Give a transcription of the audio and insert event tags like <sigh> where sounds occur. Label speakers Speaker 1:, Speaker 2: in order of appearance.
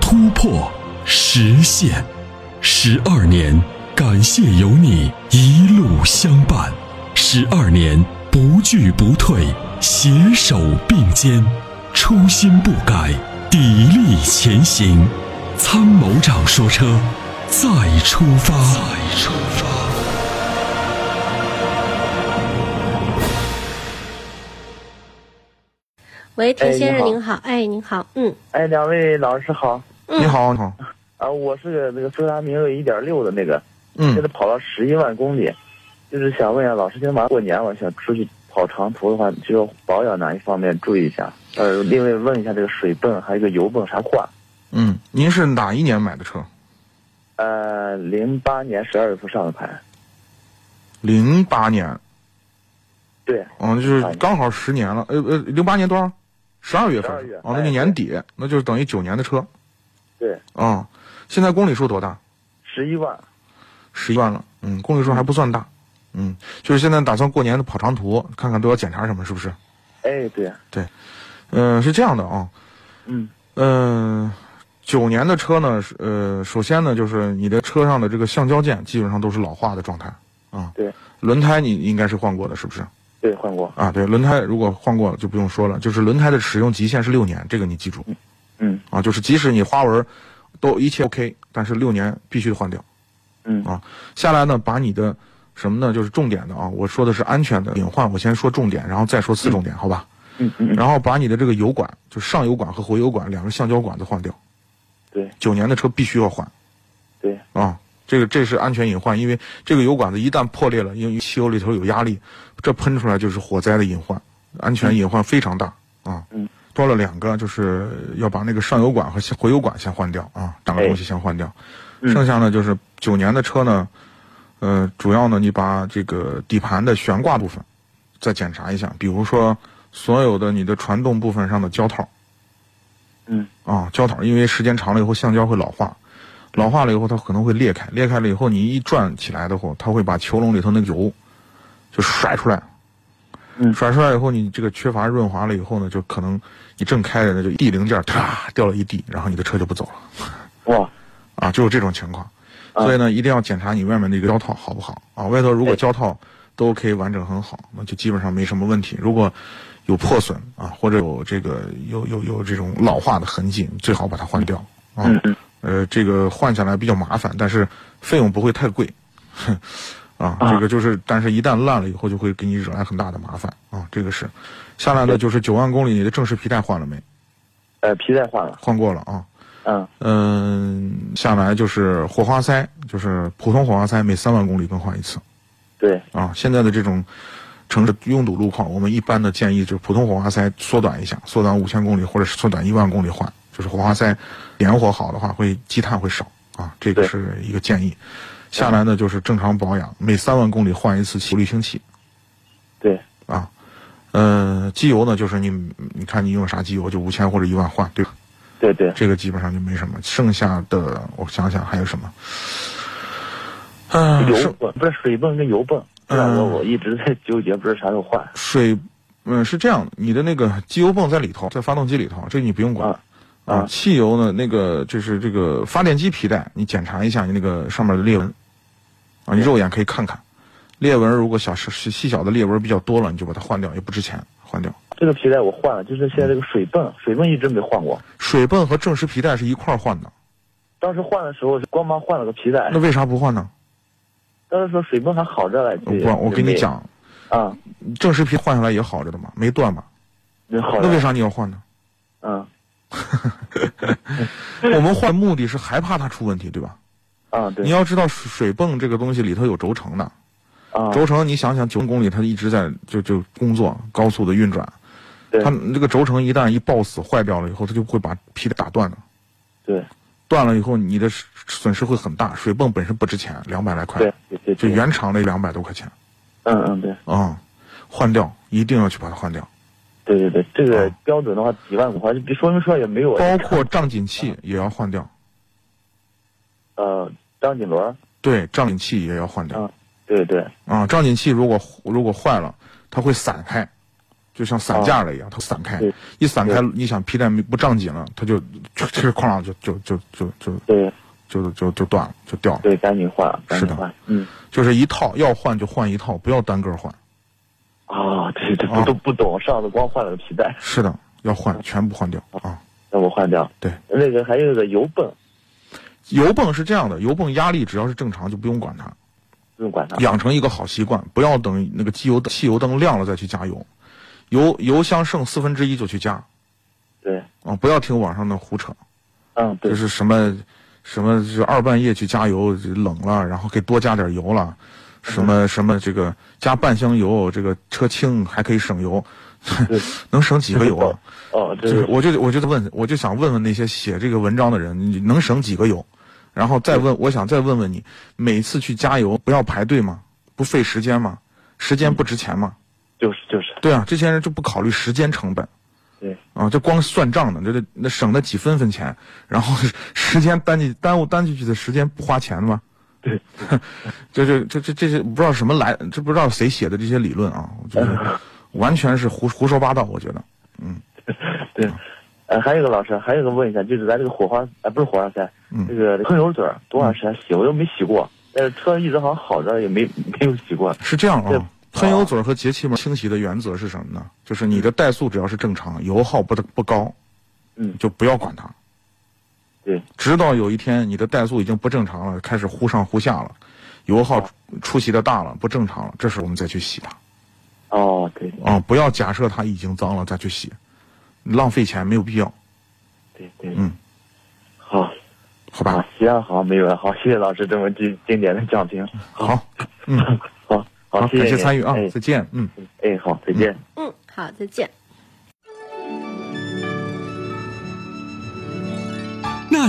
Speaker 1: 突破、实现，十二年，感谢有你一路相伴，十二年不惧不退，携手并肩，初心不改，砥砺前行。参谋长说车，再出发。再出发。
Speaker 2: 喂，田先生
Speaker 3: 哎你好
Speaker 2: 您好，哎，您好，嗯，
Speaker 3: 哎，两位老师好，
Speaker 4: <laughs> 你好，你好，
Speaker 3: 啊，我是那个菲拉明锐一点六的那个，现在
Speaker 4: 嗯，
Speaker 3: 跑了十一万公里，就是想问一下老师，今晚过年我想出去跑长途的话，就要保养哪一方面注意一下？呃，另外问一下这个水泵还有一个油泵啥换？
Speaker 4: 嗯，您是哪一年买的车？
Speaker 3: 呃，零八年十二月份上的牌，
Speaker 4: 零八年，
Speaker 3: 对，
Speaker 4: 嗯，就是刚好十年了，呃呃，零八年多少？十二月份
Speaker 3: 12月，
Speaker 4: 哦，那就
Speaker 3: 哎
Speaker 4: 年底，那就是等于九年的车，
Speaker 3: 对，
Speaker 4: 啊，现在公里数多大？
Speaker 3: 十一万，
Speaker 4: 十一万了，嗯，公里数还不算大，嗯，就是现在打算过年跑长途，看看都要检查什么，是不是？
Speaker 3: 哎，对，
Speaker 4: 嗯，是这样的啊，
Speaker 3: 嗯，
Speaker 4: 嗯，九年的车呢，是呃，首先呢，就是你的车上的这个橡胶件基本上都是老化的状态啊。
Speaker 3: 对。
Speaker 4: 轮胎你应该是换过的，是不是？
Speaker 3: 对，换过，
Speaker 4: 啊，对，轮胎如果换过了就不用说了，就是轮胎的使用极限是六年，这个你记住
Speaker 3: 嗯
Speaker 4: 啊，就是即使你花纹都一切 OK，但是六年必须换掉。
Speaker 3: 嗯
Speaker 4: 啊下来呢，把你的什么呢？就是重点的啊，我说的是安全的隐患，我先说重点，然后再说次重点，好吧？
Speaker 3: 嗯嗯，嗯
Speaker 4: 然后把你的这个油管，就上油管和回油管两个橡胶管子换掉。
Speaker 3: 对，
Speaker 4: 九年的车必须要换。
Speaker 3: 对，
Speaker 4: 啊，这个这是安全隐患，因为这个油管子一旦破裂了，因为汽油里头有压力，这喷出来就是火灾的隐患，安全隐患非常大啊。
Speaker 3: 嗯，
Speaker 4: 多了两个，就是要把那个上油管和下回油管先换掉啊，两个东西先换掉。
Speaker 3: 嗯
Speaker 4: 剩下呢就是九年的车呢，呃，主要呢你把这个底盘的悬挂部分再检查一下，比如说所有的你的传动部分上的胶套。
Speaker 3: 嗯
Speaker 4: 啊，胶套，因为时间长了以后，橡胶会老化，老化了以后它可能会裂开，裂开了以后你一转起来的话，它会把球笼里头那个油就甩出来，
Speaker 3: 嗯
Speaker 4: 甩出来以后你这个缺乏润滑了以后呢，就可能你正开着呢，就一地零件啪掉了一地，然后你的车就不走了
Speaker 3: 哇，
Speaker 4: 啊，就有这种情况，
Speaker 3: 啊
Speaker 4: 所以呢，一定要检查你外面那个胶套好不好啊，外头如果
Speaker 3: 哎
Speaker 4: 胶套都 OK 完整很好，那就基本上没什么问题，如果有破损啊，或者有这个有有有这种老化的痕迹，最好把它换掉啊。
Speaker 3: 嗯嗯，
Speaker 4: 呃，这个换下来比较麻烦，但是费用不会太贵，啊，
Speaker 3: 啊
Speaker 4: 这个就是，但是一旦烂了以后，就会给你惹来很大的麻烦啊，这个是。下来呢，就是九万公里，你的正式皮带换了没？
Speaker 3: 呃，皮带换了，
Speaker 4: 换过了啊。
Speaker 3: 嗯，
Speaker 4: 嗯，下来就是火花塞，就是普通火花塞，每三万公里更换一次
Speaker 3: 对，
Speaker 4: 啊。现在的这种城市拥堵路况，我们一般的建议就是普通火花塞缩短一下，缩短五千公里或者是缩短一万公里换，就是火花塞点火好的话，会积碳会少啊，这个
Speaker 3: 对
Speaker 4: 是一个建议。下来呢就是正常保养，每三万公里换一次汽油滤清器
Speaker 3: 对，
Speaker 4: 啊。呃，机油呢就是你你看你用啥机油，就五千或者一万换，对吧？
Speaker 3: 对对，
Speaker 4: 这个基本上就没什么。剩下的我想想还有什么？嗯、
Speaker 3: 油
Speaker 4: 是嗯
Speaker 3: 泵不是水泵跟油泵，这两个我一直在纠结，不知道啥时候换。
Speaker 4: 水，嗯、是这样的，你的那个机油泵在里头，在发动机里头，这你不用管。
Speaker 3: 啊啊
Speaker 4: 汽油呢，那个就是这个发电机皮带，你检查一下你那个上面的裂纹，啊，你肉眼可以看看，裂纹如果小细细小的裂纹比较多了，你就把它换掉，也不值钱，换掉。
Speaker 3: 这个皮带我换了，就是现在这个水泵，水泵一直没换过。
Speaker 4: 水泵和正时皮带是一块儿换的，
Speaker 3: 当时换的时候是光忙换了个皮带
Speaker 4: 那，为啥不换呢？
Speaker 3: 当时说水泵还好着嘞。
Speaker 4: 我不，我
Speaker 3: 就
Speaker 4: 跟你
Speaker 3: 没
Speaker 4: 讲，
Speaker 3: 啊，
Speaker 4: 正时皮换下来也好着的嘛，没断嘛，
Speaker 3: 那好
Speaker 4: 那为
Speaker 3: 着，
Speaker 4: 啥你要换呢？
Speaker 3: <laughs> 嗯
Speaker 4: 我们换目的是害怕它出问题，对吧？
Speaker 3: 啊
Speaker 4: 你
Speaker 3: 对
Speaker 4: 要知道水水泵这个东西里头有轴承的，
Speaker 3: 啊
Speaker 4: 轴承你想想九公里它一直在就就工作高速的运转，
Speaker 3: 对
Speaker 4: 它这个轴承一旦一抱死坏掉了以后，它就会把皮带打断的。
Speaker 3: 对
Speaker 4: 断了以后你的损失会很大。水泵本身不值钱，两百来块，
Speaker 3: 对对对，
Speaker 4: 哎就
Speaker 3: 对
Speaker 4: 原厂那两百多块钱
Speaker 3: 嗯嗯对
Speaker 4: 啊、换掉一定要去把它换掉，
Speaker 3: 对对对，这个
Speaker 4: 啊
Speaker 3: 标准的话几万块，就比说明书上也没有
Speaker 4: 包括胀紧器也要换掉，
Speaker 3: 呃张锦轮，
Speaker 4: 对，胀紧器也要换掉
Speaker 3: 啊对对
Speaker 4: 啊。胀紧器如果如果坏了，它会散开，就像散架了一样，它散开
Speaker 3: 哦对，
Speaker 4: 一散开
Speaker 3: 对，
Speaker 4: 你想皮带没不胀紧了，它就就这个哐啷就就就就就
Speaker 3: 对
Speaker 4: 就就就断了，就掉了。
Speaker 3: 对，赶紧换，赶
Speaker 4: 是的
Speaker 3: 紧换，嗯
Speaker 4: 就是一套要换就换一套，不要单个换。
Speaker 3: 啊，对对，
Speaker 4: 啊
Speaker 3: 我都不懂，上次光换了个皮带，
Speaker 4: 是的，要换，全部换掉
Speaker 3: 哦
Speaker 4: 啊。
Speaker 3: 让我换掉。
Speaker 4: 对，
Speaker 3: 那个还有一个油泵，
Speaker 4: 油泵是这样的，油泵压力只要是正常就不用管它，
Speaker 3: 啊不用管它。
Speaker 4: 养成一个好习惯，不要等那个机油汽油灯亮了再去加油，油油箱剩四分之一就去加
Speaker 3: 对，
Speaker 4: 啊，不要听网上的胡扯，
Speaker 3: 嗯，对
Speaker 4: 就，是什么什么就是二半夜去加油冷了，然后给多加点油了，什
Speaker 3: 嗯
Speaker 4: 么什么这个加半箱油，这个车轻还可以省油，
Speaker 3: 对
Speaker 4: <laughs> 能省几个油啊？
Speaker 3: 哦，这
Speaker 4: 就是
Speaker 3: 是
Speaker 4: 我就我就问，我就想问问那些写这个文章的人，你能省几个油？然后再问，我想再问问你，每次去加油不要排队吗？不费时间吗？时间不值钱吗？
Speaker 3: 就是就是，
Speaker 4: 对啊，这些人就不考虑时间成本
Speaker 3: 对
Speaker 4: 啊，这光算账呢，这这那省那几分分钱，然后时间单进耽误单进去的时间不花钱吗？ <laughs>
Speaker 3: 对，
Speaker 4: 这这这这这是不知道什么来，这不知道谁写的这些理论啊，我觉
Speaker 3: <laughs>
Speaker 4: 得完全是胡胡说八道，我觉得。
Speaker 3: 对。呃，还有一个老师，还有一个问一下，就是咱这个火花，呃，不是火花塞，
Speaker 4: 嗯
Speaker 3: 这个喷油嘴儿多长时间洗？我又没洗过，但是车一直好像好着，也没 <laughs> 没有洗过。
Speaker 4: 是这样啊
Speaker 3: 对，
Speaker 4: 喷油嘴儿和节气门清洗的原则是什么呢？就是你的怠速只要是正常，油耗不得不高，
Speaker 3: 嗯
Speaker 4: 就不要管它。
Speaker 3: 对，
Speaker 4: 直到有一天你的怠速已经不正常了，开始忽上忽下了，油耗出奇的大了，不正常了，这时候我们再去洗它
Speaker 3: 哦，对
Speaker 4: 啊、不要假设它已经脏了再去洗，浪费钱没有必要，
Speaker 3: 对对，
Speaker 4: 嗯，
Speaker 3: 好，
Speaker 4: 好
Speaker 3: 好
Speaker 4: 吧？，
Speaker 3: 行，好，没有了，好，谢谢老师这么经经典的讲评，
Speaker 4: 好，嗯，
Speaker 3: 好，
Speaker 4: 好，
Speaker 3: 谢
Speaker 4: 感谢
Speaker 3: 你
Speaker 4: 参与啊
Speaker 3: 哎，
Speaker 4: 再见，嗯。
Speaker 3: 哎，好，再见。
Speaker 2: 嗯，好，再见。
Speaker 1: 那